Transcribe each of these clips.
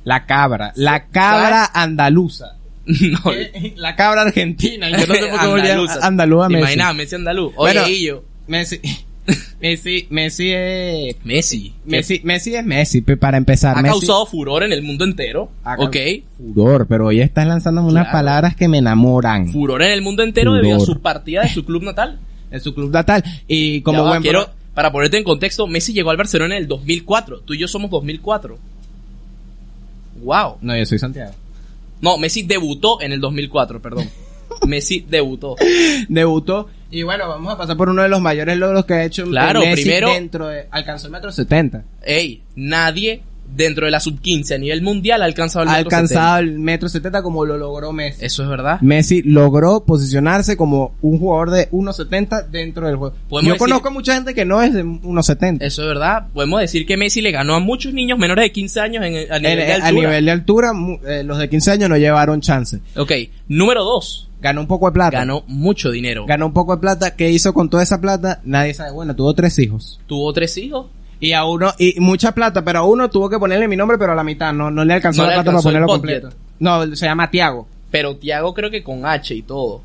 La cabra, la cabra andaluza. No, La cabra argentina, Eh, yo no sé por qué volví a- Andaluza. andaluza ¿Te Messi. imaginas, Messi andaluz. Oye, Bueno, Guillo. Messi, Messi, Messi es... Messi. Messi, Messi es Messi, pe, para empezar. Ha Messi- Ah, causado furor en el mundo entero. Ha caus- ok. Furor, pero hoy estás lanzando unas Claro. palabras que me enamoran. Furor en el mundo entero Furor. debido a su partida de su club natal. En su club natal. Y como Ya va, buen... quiero, para ponerte en contexto, Messi llegó al Barcelona en el 2004. Tú y yo somos 2004. Wow. No, yo soy Santiago. No, Messi debutó en el 2004, perdón. Messi debutó. debutó. Y bueno, vamos a pasar por uno de los mayores logros que ha hecho Claro, Messi primero- dentro de, alcanzó el metro 70. Ey, nadie dentro de la sub 15 a nivel mundial ha alcanzado el Ha metro alcanzado el metro 70 como lo logró 70. Messi. Eso es verdad. Messi logró posicionarse como un jugador de 1.70 dentro del juego. Yo Podemos decir- conozco a mucha gente que no es de 1.70. Eso es verdad. Podemos decir que Messi le ganó a muchos niños menores de 15 años en, a nivel En- de Eh, A altura. nivel de altura, mu- eh, los de 15 años no llevaron chance. Ok, número 2. Ganó un poco de plata. Ganó mucho dinero. Ganó un poco de plata. ¿Qué hizo con toda esa plata? Nadie sabe. Bueno, tuvo tres hijos. Tuvo tres hijos. Y a uno, y mucha plata, pero a uno tuvo que ponerle mi nombre, pero a la mitad, no, no le alcanzó No la le plata alcanzó para el ponerlo budget. completo. No, se llama Tiago. Pero Tiago creo que con H y todo.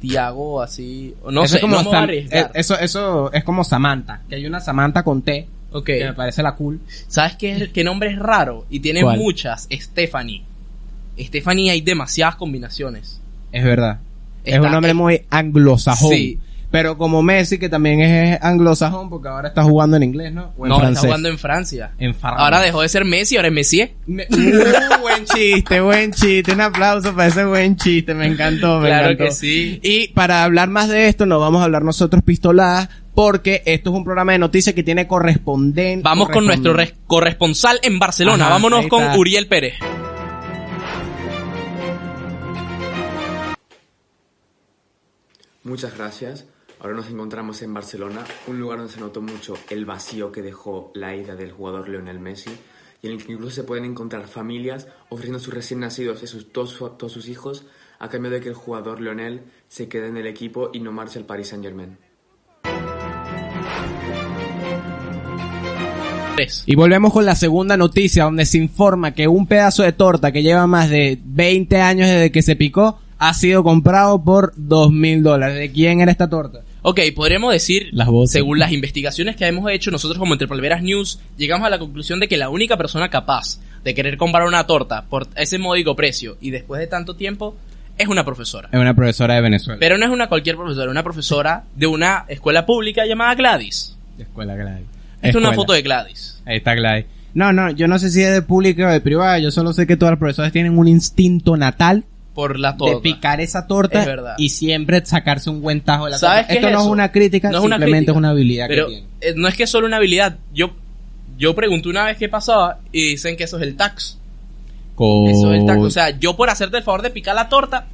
Tiago así... No eso sé, es como no me voy a Sam- arriesgar. eh, eso, eso es como Samantha, que hay una Samantha con T, ok. que me parece la cool. ¿Sabes qué, qué nombre es raro? Y tiene ¿Cuál? muchas. Stephanie. Stephanie hay demasiadas combinaciones. Es verdad. es Está- un nombre muy anglosajón. Sí. Pero como Messi, que también es anglosajón, porque ahora está jugando en inglés, ¿no? O en No, francés. está jugando en Francia. En Francia. Ahora dejó de ser Messi, ahora es Messi. ¿eh? Me- Uh, buen chiste, buen chiste. Un aplauso para ese buen chiste. Me encantó, me Claro encantó. que sí. Y para hablar más de esto, no vamos a hablar nosotros pistoladas, porque esto es un programa de noticias que tiene corresponden- correspondencia. Vamos con nuestro res- corresponsal en Barcelona. Ajá, Vámonos ahí con está. Uriel Pérez. Muchas gracias. Ahora nos encontramos en Barcelona, un lugar donde se notó mucho el vacío que dejó la ida del jugador Lionel Messi y en el que incluso se pueden encontrar familias ofreciendo a sus recién nacidos y a sus, todos, su- todos sus hijos a cambio de que el jugador Lionel se quede en el equipo y no marche al Paris Saint Germain. Tres. Y volvemos con la segunda noticia, donde se informa que un pedazo de torta que lleva más de 20 años desde que se picó ha sido comprado por dos mil dólares. ¿De quién era esta torta? Ok, podríamos decir, Las voces. según las investigaciones que hemos hecho nosotros como Entre Palmeras News, llegamos a la conclusión de que la única persona capaz de querer comprar una torta por ese módico precio y después de tanto tiempo es una profesora. Es una profesora de Venezuela. Pero no es una cualquier profesora, una profesora de una escuela pública llamada Gladys. De escuela Gladys. Esta es una foto de Gladys. Ahí está Gladys. No, no, yo no sé si es de pública o de privada, yo solo sé que todas las profesoras tienen un instinto natal Por la torta. de picar esa Es torta verdad. y siempre sacarse un buen tajo de la ¿Sabes torta. qué Esto es no es eso? una crítica, No es una simplemente crítica. es una habilidad Pero que tiene. eh, no es que es solo una habilidad. Yo Yo pregunté una vez qué pasaba y dicen que eso es el tax. Eso es el tax. O sea, yo por hacerte el favor de picar la torta,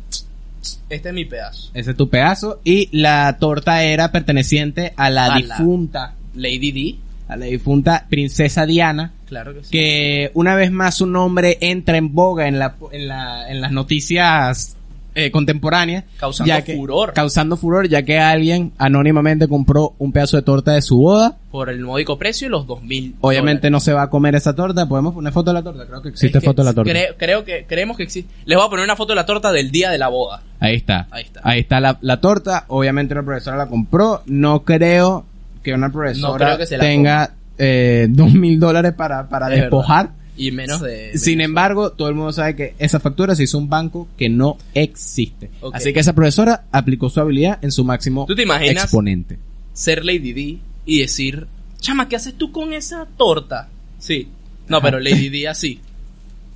este es mi pedazo. Ese es tu pedazo. Y la torta era perteneciente a la A la- difunta, Lady D, a la difunta princesa Diana, claro que sí. que una vez más su nombre entra en boga en, la, en, la- en las noticias eh, contemporáneas. Causando que- furor. Causando furor, ya que alguien anónimamente compró un pedazo de torta de su boda. Por el módico precio y los 2000. Obviamente no se va a comer esa torta. Podemos poner foto de la torta. Creo que existe Es que foto de la torta. Creo, creo que creemos que existe. Les voy a poner una foto de la torta del día de la boda. Ahí está. Ahí está. la, la torta. Obviamente la profesora la compró. No creo que una profesora creo que se la tenga eh, dos mil dólares para, para Es despojar. verdad. Y menos de. Sin menos. embargo, todo el mundo sabe que esa factura se hizo un banco que no existe. Ok. Así que esa profesora aplicó su habilidad en su máximo ¿Tú te imaginas? exponente. ser Lady D y decir, chama, ¿qué haces tú con esa torta? Sí. No, pero Lady D así.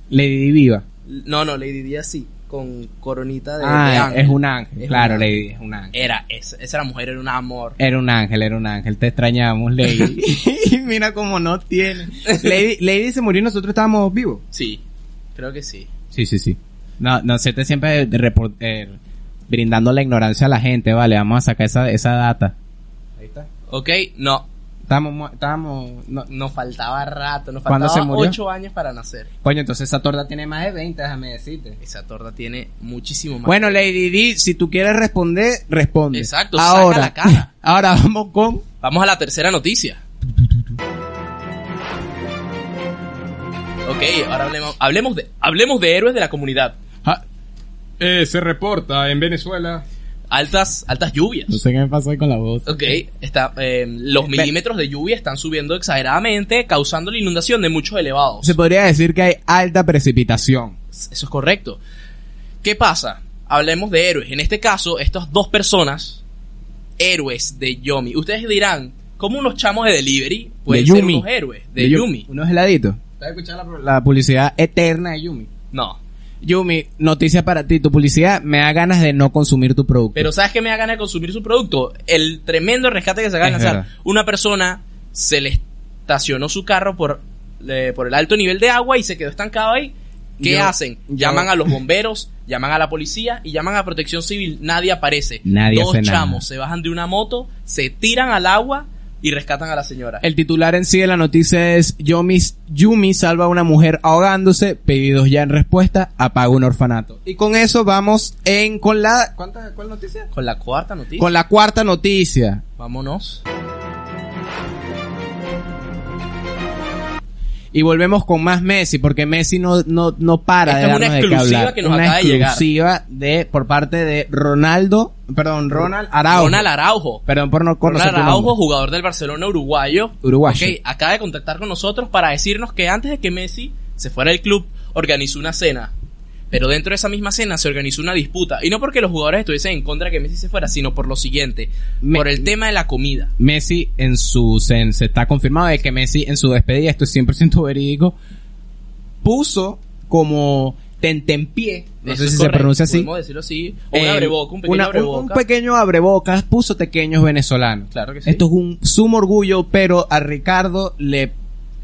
Lady Di Viva. No, no, Lady D así. Con coronita de. de Ah, ángel. es un ángel. Es claro, un ángel. Lady Di es un ángel. Era, esa, esa era mujer, era un amor. Era un ángel, era un ángel, te extrañamos, Lady. y mira cómo no tiene. Lady, Lady se murió y nosotros estábamos vivos. Sí, creo que sí. Sí, sí, sí. No, no se te siempre de repor- eh, brindando la ignorancia a la gente, vale, vamos a sacar esa, esa data. Ahí está. Ok, no. Estábamos, mu- estábamos, no- Nos faltaba rato, nos ¿Cuándo faltaba se murió? 8 años para nacer. Coño, entonces esa torta tiene más de 20, déjame decirte. Esa torta tiene muchísimo más. Bueno, Lady D, si tú quieres responder, responde. Exacto, saca ahora, la cara. Ahora vamos con... Vamos a la tercera noticia. Ok, ahora hablemos, hablemos, de, hablemos de héroes de la comunidad. ah, se reporta en Venezuela. Altas, altas lluvias. sé qué me pasó ahí con la voz. Ok, está, eh, los milímetros de lluvia están subiendo exageradamente, causando la inundación de muchos elevados. Se podría decir que hay alta precipitación. Eso es correcto. ¿Qué pasa? Hablemos de héroes. En este caso, estas dos personas, héroes de Yomi. Ustedes dirán, ¿cómo unos chamos de delivery pueden De ser Yumi. unos héroes de, Yu- Yumi? Unos heladitos. ¿Estás escuchando la, la publicidad eterna de Yumi? No. Yumi, noticia para ti. Tu publicidad me da ganas de no consumir tu producto. Pero ¿sabes qué me da ganas de consumir su producto? El tremendo rescate que se acaba de Es lanzar. verdad. Una persona se le estacionó su carro por, le- por el alto nivel de agua y se quedó estancado ahí. ¿Qué Yo- hacen? yo- Llaman a los bomberos, llaman a la policía y llaman a protección civil. Nadie aparece. Nadie Dos hace nada. chamos se bajan de una moto, se tiran al agua y rescatan a la señora. El titular en sí de la noticia es Yumi, Yumi salva a una mujer ahogándose, pedidos ya en respuesta, apaga un orfanato. Y con eso vamos en con la ¿cuánta- cuál noticia? Con la cuarta noticia. Con la cuarta noticia. Vámonos. Y volvemos con más Messi, porque Messi no, no, no para Esta de es una darnos de qué exclusiva hablar. que nos una acaba de llegar. exclusiva de por parte de Ronaldo, perdón, Ronald Araujo. Ronald Araujo. Perdón por no conocer Ronald tu nombre. Araujo, jugador del Barcelona uruguayo. Uruguayo. Ok, acaba de contactar con nosotros para decirnos que antes de que Messi se fuera del club, organizó una cena. Pero dentro de esa misma cena se organizó una disputa. Y no porque los jugadores estuviesen en contra de que Messi se fuera, sino por lo siguiente. Me- por el tema de la comida. Messi en su se, se está confirmado de que Messi en su despedida, esto es 100% verídico, puso como tentempié, no Eso sé es si correcto, se pronuncia así, Podemos decirlo así. O un eh, abreboca, un pequeño una- abreboca. un pequeño abrebocas, puso pequeños venezolanos. Claro que sí. Esto es un sumo orgullo, pero a Ricardo le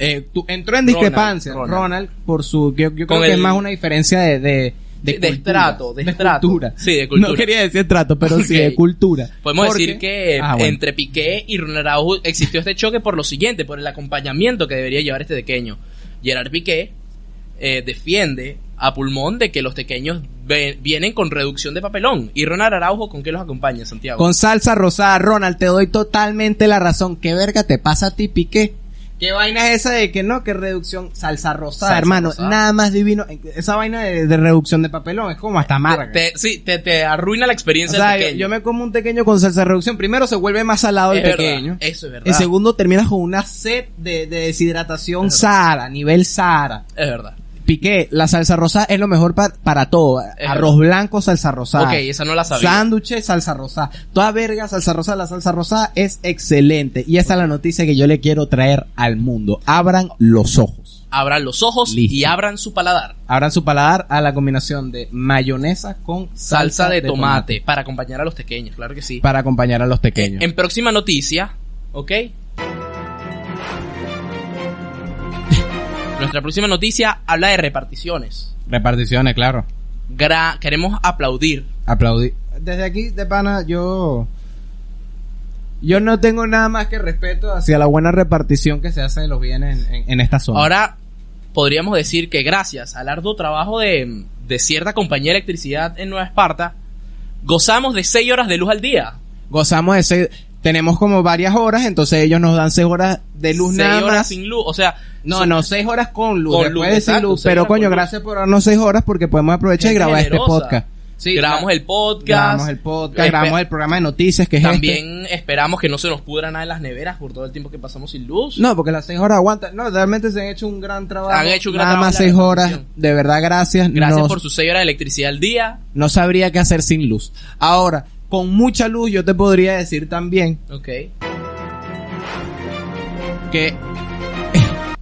eh, tu- entró en Ronald, discrepancia Ronald, Ronald. por su yo, yo creo Con que es el- más una diferencia de de Sí, de cultura, estrato, de estrato. cultura. Sí, de cultura. No quería decir trato, pero sí de Ok. cultura. Podemos Porque- decir que Ah, bueno. entre Piqué y Ronald Araujo existió este choque por lo siguiente, por el acompañamiento que debería llevar este pequeño. Gerard Piqué eh, defiende a pulmón de que los pequeños ve- vienen con reducción de papelón. ¿Y Ronald Araujo con qué los acompaña, Santiago? Con salsa rosada, Ronald, te doy totalmente la razón. ¿Qué verga te pasa a ti, Piqué? ¿Qué vaina es esa de que no? ¿Qué reducción? Salsa rosada, Salsa hermano. rosada. Nada más divino. Esa vaina de, de reducción de papelón es como hasta amarga. Te, te- sí, te, te arruina la o experiencia sea, del yo, pequeño. yo me como un pequeño con salsa de reducción. Primero se vuelve más salado Es el verdad, pequeño. eso es verdad. Y segundo terminas con una sed de, de deshidratación Es verdad. Sara, nivel Sara. Es verdad. Piqué, la salsa rosada es lo mejor pa- para todo. verdad. Arroz blanco, salsa rosada. Ok, esa no la sabía. Sándwiches, salsa rosada. Toda verga, salsa rosada. La salsa rosada es excelente. Y esa es la noticia que yo le quiero traer al mundo. Abran los ojos. Abran los ojos Listo. y abran su paladar. Abran su paladar a la combinación de mayonesa con Salsa, de, tomate, Em, para acompañar a los pequeños, claro que sí. Para acompañar a los pequeños. En próxima noticia, ¿ok? Nuestra próxima noticia habla de reparticiones. Reparticiones, claro. Gra- queremos aplaudir. Aplaudí. Desde aquí, de pana, yo. Yo no tengo nada más que respeto hacia la buena repartición que se hace de los bienes en, en- en esta zona. Ahora podríamos decir que gracias al arduo trabajo de, de cierta compañía de electricidad en Nueva Esparta, gozamos de 6 horas de luz al día. gozamos de seis- Tenemos como varias horas, entonces ellos nos dan seis horas de luz Seis nada horas más. sin luz, o sea, No, son- no, seis horas con luz. Con después luz, de sin exacto, luz. seis Pero horas coño, con luz. gracias por darnos seis horas porque podemos aprovechar y Qué grabar este generosa. podcast. Sí, grabamos gra- el podcast. grabamos el podcast, Espe- grabamos el programa de noticias que es este. También esperamos que no se nos pudra nada en las neveras por todo el tiempo que pasamos sin luz. No, porque las seis horas aguantan. No, realmente se han hecho un gran trabajo. Han hecho un gran Nada trabajo más en la seis horas. reproducción. De verdad, gracias. Gracias No- por sus 6 horas de electricidad al día. No sabría qué hacer sin luz. Ahora, con mucha luz yo te podría decir también Ok. que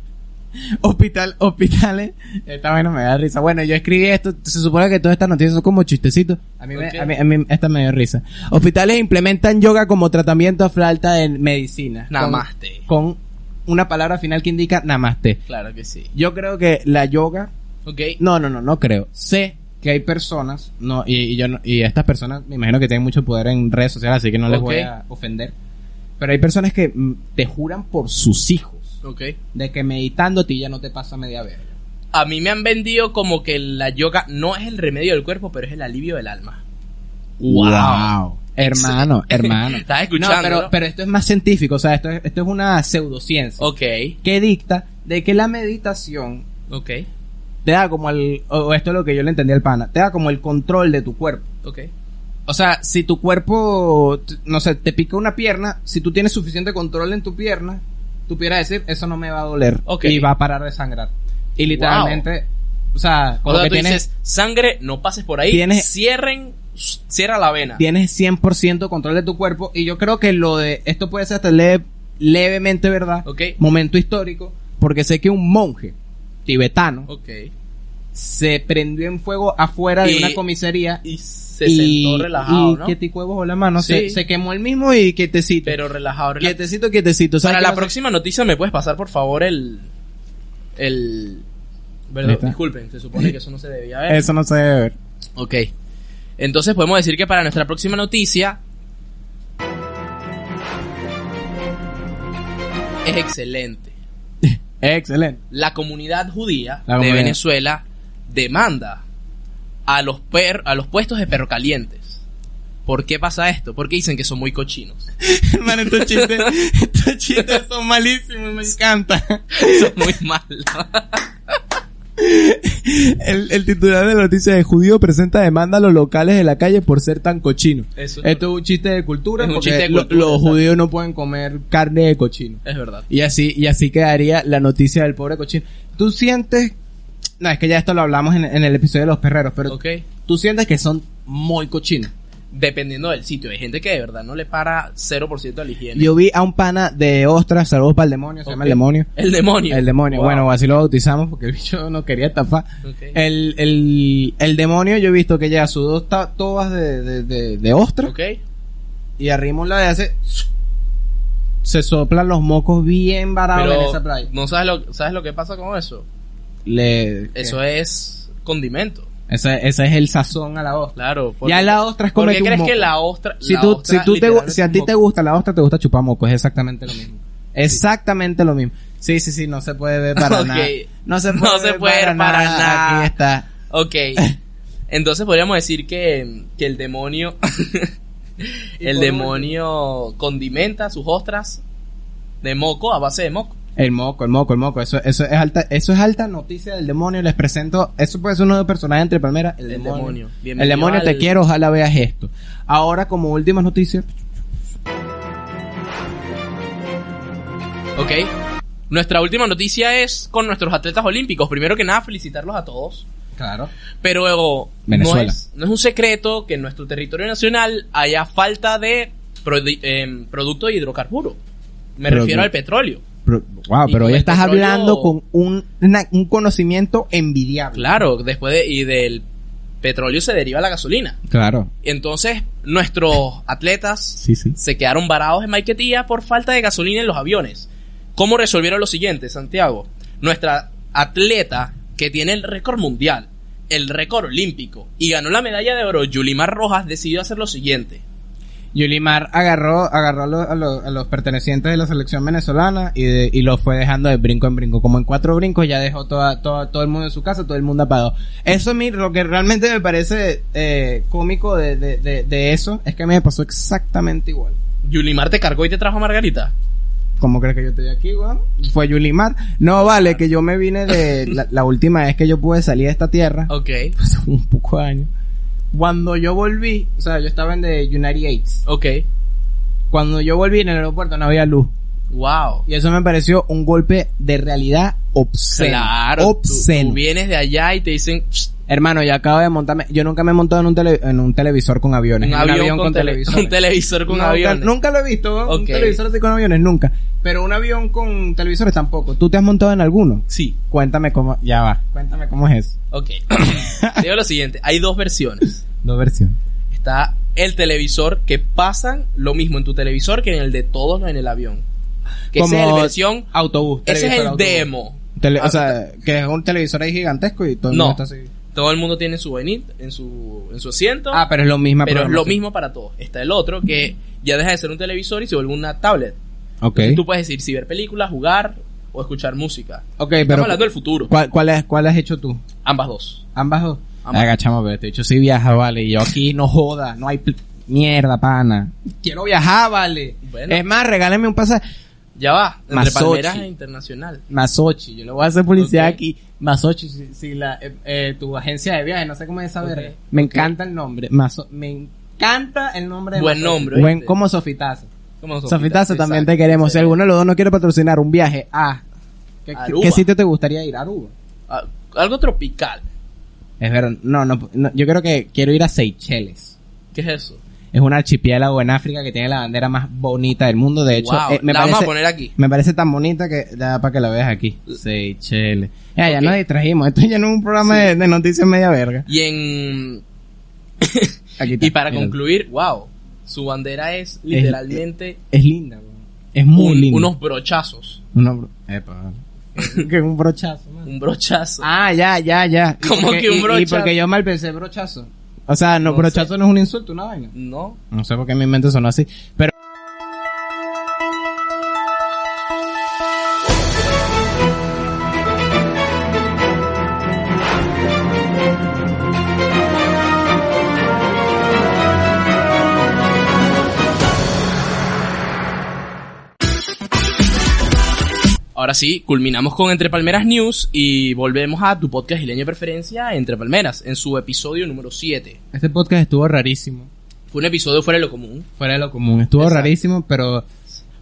hospital, hospitales, esta vaina me da risa. Bueno, yo escribí esto, se supone que todas estas noticias son como chistecitos. A mí, me- Ok. a mí, a mí esta me dio risa. Hospitales implementan yoga como tratamiento a falta de medicina. Con- Namaste. Con, una palabra final que indica namaste. Claro que sí. Yo creo que la yoga Ok. No, no, no, no creo. Sé que hay personas, no, y, y yo no- y estas personas me imagino que tienen mucho poder en redes sociales, así que no les Ok. voy a ofender. Pero hay personas que mm, te juran por sus hijos Ok. de que meditando a ti ya no te pasa media verga. A mí me han vendido como que la yoga no es el remedio del cuerpo, pero es el alivio del alma. Wow. Hermano, hermano. Estás escuchando, No, pero, ¿no? pero esto es más científico, o sea, esto es, esto es una pseudociencia Ok. que dicta de que la meditación Ok. te da como el, o esto es lo que yo le entendí al pana, te da como el control de tu cuerpo. Ok. O sea, si tu cuerpo, t- no sé, te pica una pierna, si tú tienes suficiente control en tu pierna, tú pudieras decir, eso no me va a doler. Ok. Y va a parar de sangrar. Y literalmente, o sea, O como sea, que tú tienes, dices, sangre, no pases por ahí. Tienes- Cierren, cierra la vena. tienes 100% control de tu cuerpo. Y yo creo que lo de, esto puede ser hasta leve- levemente verdad. Ok. Momento histórico. Porque sé que un monje tibetano Ok. se prendió en fuego afuera de Y- una comisaría. Y se y- sentó relajado, y ¿no? que te cuevos o la mano. Se, Sí. se quemó el mismo y que te cito. Pero relajado, relajado. Quietecito, quietecito. ¿sabes Para qué la pasa? próxima noticia, ¿me puedes pasar, por favor, el. El. Perdón, Ahí está. disculpen, se supone que eso no se debía ver. Eso no se debe ver. Ok. Entonces podemos decir que para nuestra próxima noticia. Es excelente. Excelente. La comunidad judía La de comunidad. Venezuela demanda a los, per- a los puestos de perro calientes. ¿Por qué pasa esto? Porque dicen que son muy cochinos. Hermano, estos chistes, estos chistes son malísimos, me encanta. Son muy malos. El, el titular de la noticia de judío presenta demanda a los locales de la calle por ser tan cochino. Eso es Esto es un chiste de cultura, Es un porque chiste de lo- cultura, los exacto. judíos no pueden comer carne de cochino. es verdad. Y así, y así quedaría la noticia del pobre cochino. ¿Tú sientes? No, es que ya esto lo hablamos en, en el episodio de los perreros, pero Ok. tú sientes que son muy cochinos. Dependiendo del sitio. Hay gente que de verdad no le para 0% a la higiene. Yo vi a un pana de ostras, saludos para el demonio, se llama Ok. el demonio. El demonio. El demonio, Wow. bueno, así lo bautizamos porque el bicho no quería estafar. Ok. El, el, el demonio, yo he visto que lleva sus dos ta- tobas de, de, de, de ostra Ok. y arriba un lado y hace. Se soplan los mocos bien varados en esa Pero playa. no sabes lo, sabes lo que pasa con eso. Le- Eso es condimento. ese, ese es el sazón a la ostra. Claro. Ya la ostra es ¿Por como qué crees que la ostra... Si la tú, ostra si, tú te, gu- literalmente si a ti es un te moco? gusta la ostra, te gusta chupar moco, es exactamente lo mismo. Exactamente lo mismo. Sí, sí, sí, no se puede ver para Ok. nada. No se No puede, se ver puede ver para nada. Aquí está. Ok. Entonces podríamos decir que, que el demonio... el por demonio condimenta sus ostras de moco a base de moco. El moco, el moco, el moco. Eso, eso es alta, eso es alta noticia del demonio. Les presento, eso puede ser uno de los personajes entre palmeras. El, El demonio. demonio. El Bienvenido demonio te al- quiero, ojalá veas esto. Ahora, como últimas noticias, Ok. Nuestra última noticia es con nuestros atletas olímpicos. Primero que nada, felicitarlos a todos. claro. Pero Venezuela. No, es, no es un secreto que en nuestro territorio nacional haya falta de produ- em, producto de hidrocarburo. Me Pero refiero que- al petróleo. Pero, wow, pero Y con este hoy el estás petróleo- hablando con un, una- un conocimiento envidiable. Claro, después de, y del petróleo se deriva la gasolina. Claro. Entonces, nuestros atletas Sí, sí. se quedaron varados en Maiquetía por falta de gasolina en los aviones. ¿Cómo resolvieron lo siguiente, Santiago? Nuestra atleta que tiene el récord mundial, el récord olímpico y ganó la medalla de oro, Yulimar Rojas decidió hacer lo siguiente. Yulimar agarró, agarró a, lo- a lo- a los pertenecientes de la selección venezolana y, de- y los fue dejando de brinco en brinco. Como en cuatro brincos ya dejó toda, toda- todo el mundo en su casa, todo el mundo apagado. Eso a mí, lo que realmente me parece eh, cómico de, de- de- de eso es que a mí me pasó exactamente igual. Yulimar te cargó y te trajo a Margarita. ¿Cómo crees que yo estoy aquí, weón? Fue Yulimar. No, vale, que yo me vine de... La, la última vez que yo pude salir de esta tierra, Ok, hace un poco de años, cuando yo volví, o sea, yo estaba en The United States. ok. Cuando yo volví en el aeropuerto no había luz. Wow. Y eso me pareció un golpe de realidad obsceno. Claro, tú- obsceno. tú vienes de allá y te dicen "Psst, Hermano, yo acabo de montarme. Yo nunca me he montado en un, tele- en un televisor con aviones. un en un avión, con, tele- televisores. un televisor con Nunca- aviones. Nunca lo he visto. Un Ok. televisor así con aviones, nunca. Pero un avión con televisores tampoco. ¿Tú te has montado en alguno? Sí, Cuéntame cómo. Ya va. Cuéntame cómo es eso. ok. Te digo lo siguiente, hay dos versiones. Dos versiones. Está el televisor que pasan lo mismo en tu televisor que en el de todos en el avión. Que esa es la versión, autobús. ese es televisor el autobús. demo. Ah. Tele- o sea, que es un televisor ahí gigantesco y todo el No. mundo está así. Todo el mundo tiene su vainita en su en su asiento. Ah, pero es lo mismo. pero es lo mismo para todos. Está el otro que ya deja de ser un televisor y se vuelve una tablet. Ok. Tú puedes decir si ver películas, jugar o escuchar música. Ok, Estamos pero. hablando del futuro. ¿cuál, cuál, has- ¿Cuál has hecho tú? Ambas dos. ¿Ambas dos? Ambas. Haga, chamo, pero te he dicho, sí viaja, vale. Y yo aquí no joda, no hay pl- mierda, pana. Quiero viajar, vale. Bueno. Es más, regálame un pasaje. Ya va. Entre Masochi. palmeras e internacional. Masochi, yo le voy a hacer publicidad Ok. aquí. Masochi, si, si la, eh, eh, tu agencia de viajes, no sé cómo es esa Ok. verga. Me encanta el nombre. Maso- me encanta el nombre. de Buen Masochi. nombre, Buen, ¿viste? como Sofitazo. Como Sofitazo, Sofita, también exacto. te queremos. Si Sí. alguno de los dos no quiere patrocinar un viaje a... ¿Qué, qué- Aruba. qué sitio te gustaría ir? Aruba. Ah, Algo tropical. Es verdad. No, no, no, yo creo que quiero ir a Seychelles. ¿Qué es eso? Es un archipiélago en África que tiene la bandera más bonita del mundo. De hecho, Wow, eh, me, la vamos parece, a poner aquí. me parece tan bonita que da para que la veas aquí. Seychelles. Ya, ya Ok. nos distrajimos. Esto ya no es un programa de, de noticias media verga. Y en Aquí está, y para míralo. concluir, wow, su bandera es literalmente Es linda, bro. Es muy un- linda. unos brochazos, Unos bro- Epa. que un brochazo, man. un brochazo. Ah, ya, ya, ya. ¿Y ¿Cómo por qué- que un y- Y, brochazo? porque yo mal pensé brochazo. O sea, no, No brochazo no es un insulto, una vaina. No, No sé por qué en mi mente sonó así, pero... Ahora sí, culminamos con Entre Palmeras News y volvemos a tu podcast leño de preferencia, Entre Palmeras, en su episodio número 7. Este podcast estuvo rarísimo. Fue un episodio fuera de lo común. Fuera de lo común. Estuvo Exacto. rarísimo, pero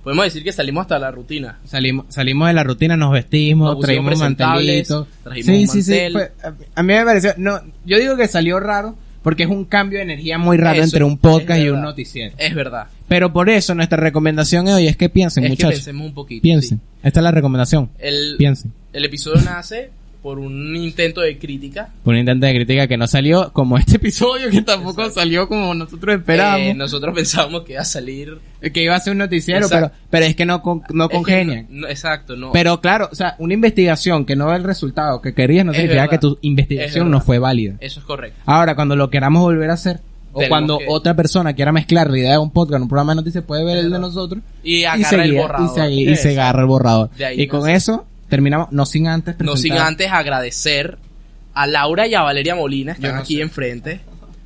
Podemos decir que salimos hasta la rutina. salimos, salimos de la rutina, nos vestimos, Nos pusimos traímos presentables, mantelitos. trajimos sí, un sí, sí, mantel. fue- a mí me pareció, no, yo digo que salió raro porque es un cambio de energía muy raro Eso, entre un podcast es y un verdad. noticiero. Es verdad. Pero por eso nuestra recomendación hoy es que piensen, es que muchachos. pensemos un poquito. piensen. sí. Esta es la recomendación. El, Piensen. el episodio nace por un intento de crítica. Por un intento de crítica que no salió como este episodio que tampoco salió como nosotros esperábamos. Eh, nosotros pensábamos que iba a salir... Que iba a ser un noticiero, pero, Exacto. pero es que no, con- no Es que congenian. no- no, exacto, no. Pero claro, o sea, una investigación que no da el resultado que querías no Es significa verdad. que tu Es investigación verdad. no fue válida. Eso es correcto. Ahora, cuando lo queramos volver a hacer, o Tenemos cuando que- otra persona quiera mezclar la idea de un podcast, un programa de noticias, puede ver Es el de verdad. nosotros Y y se, agarra el guía- borrador. y se, y Yes. se agarra el borrador. De ahí Y con nace. eso terminamos, no sin antes presentar. No sin antes agradecer a Laura y a Valeria Molina, están Yo no aquí sé. enfrente,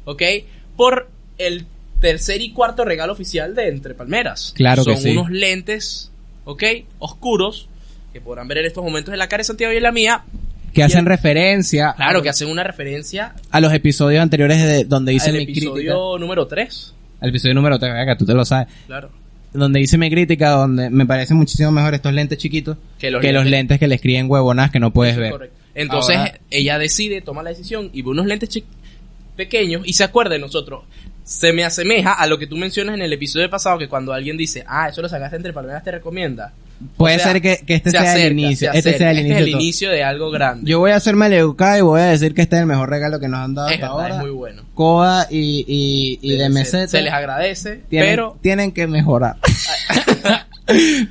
¿ok? Por el tercer y cuarto regalo oficial de Entre Palmeras. Claro Son que sí. unos lentes, ¿ok? Oscuros, que podrán ver en estos momentos en la cara de Santiago y en la mía. Que hacen Y- referencia Claro, a, que hacen una referencia a los episodios anteriores de- donde hice al mi episodio crítica. número 3. Al episodio número 3, venga, tú te lo sabes. Claro. donde hice mi crítica, donde me parecen muchísimo mejor estos lentes chiquitos que los, lentes. que le escriben huevonas que no puedes ver. Correcto. Entonces Ahora- ella decide, toma la decisión y ve unos lentes chi- pequeños y se acuerda de nosotros. Se me asemeja a lo que tú mencionas en el episodio pasado que cuando alguien dice, ah, eso lo sacaste entre palmeras, te recomienda. Puede O sea, ser que, que este se sea el acerca, inicio. se Este sea acerca. el Este inicio. es el de todo. inicio de algo grande. Yo voy a ser maleducado y voy a decir que este es el mejor regalo que nos han dado es hasta verdad, ahora. es muy bueno. Coda y, y, y de Se- meseta. Se les agradece, tienen, pero tienen que mejorar.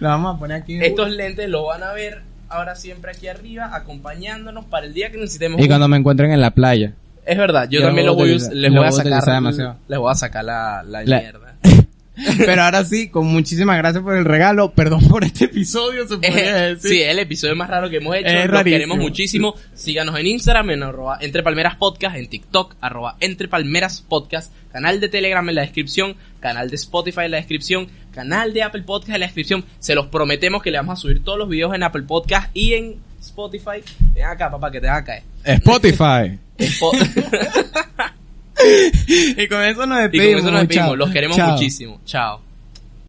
lo vamos a poner aquí. estos lentes lo van a ver ahora siempre aquí arriba, acompañándonos para el día que necesitemos. Y un- cuando me encuentren en la playa. Es verdad, yo, Yo también lo lo voy, a us- utilizo- les lo voy a voy a sacar. utilizar demasiado. Les voy a sacar la, la La- mierda. Pero ahora sí, con muchísimas gracias por el regalo. Perdón por este episodio, se podría Es- decir. Eh, sí, es el episodio más raro que hemos hecho. Es Los rarísimo. queremos muchísimo. Síganos en Instagram, en arroba Entre Palmeras Podcast, en TikTok, arroba Entre Palmeras Podcast, canal de Telegram en la descripción, canal de Spotify en la descripción, canal de Apple Podcast en la descripción. Se los prometemos que le vamos a subir todos los videos en Apple Podcast y en Spotify. Ven acá, papá, que te van a caer. Spotify. Spo- Y con eso nos y con despedimos. eso nos despedimos. chao. Los queremos Chao. muchísimo. Chao.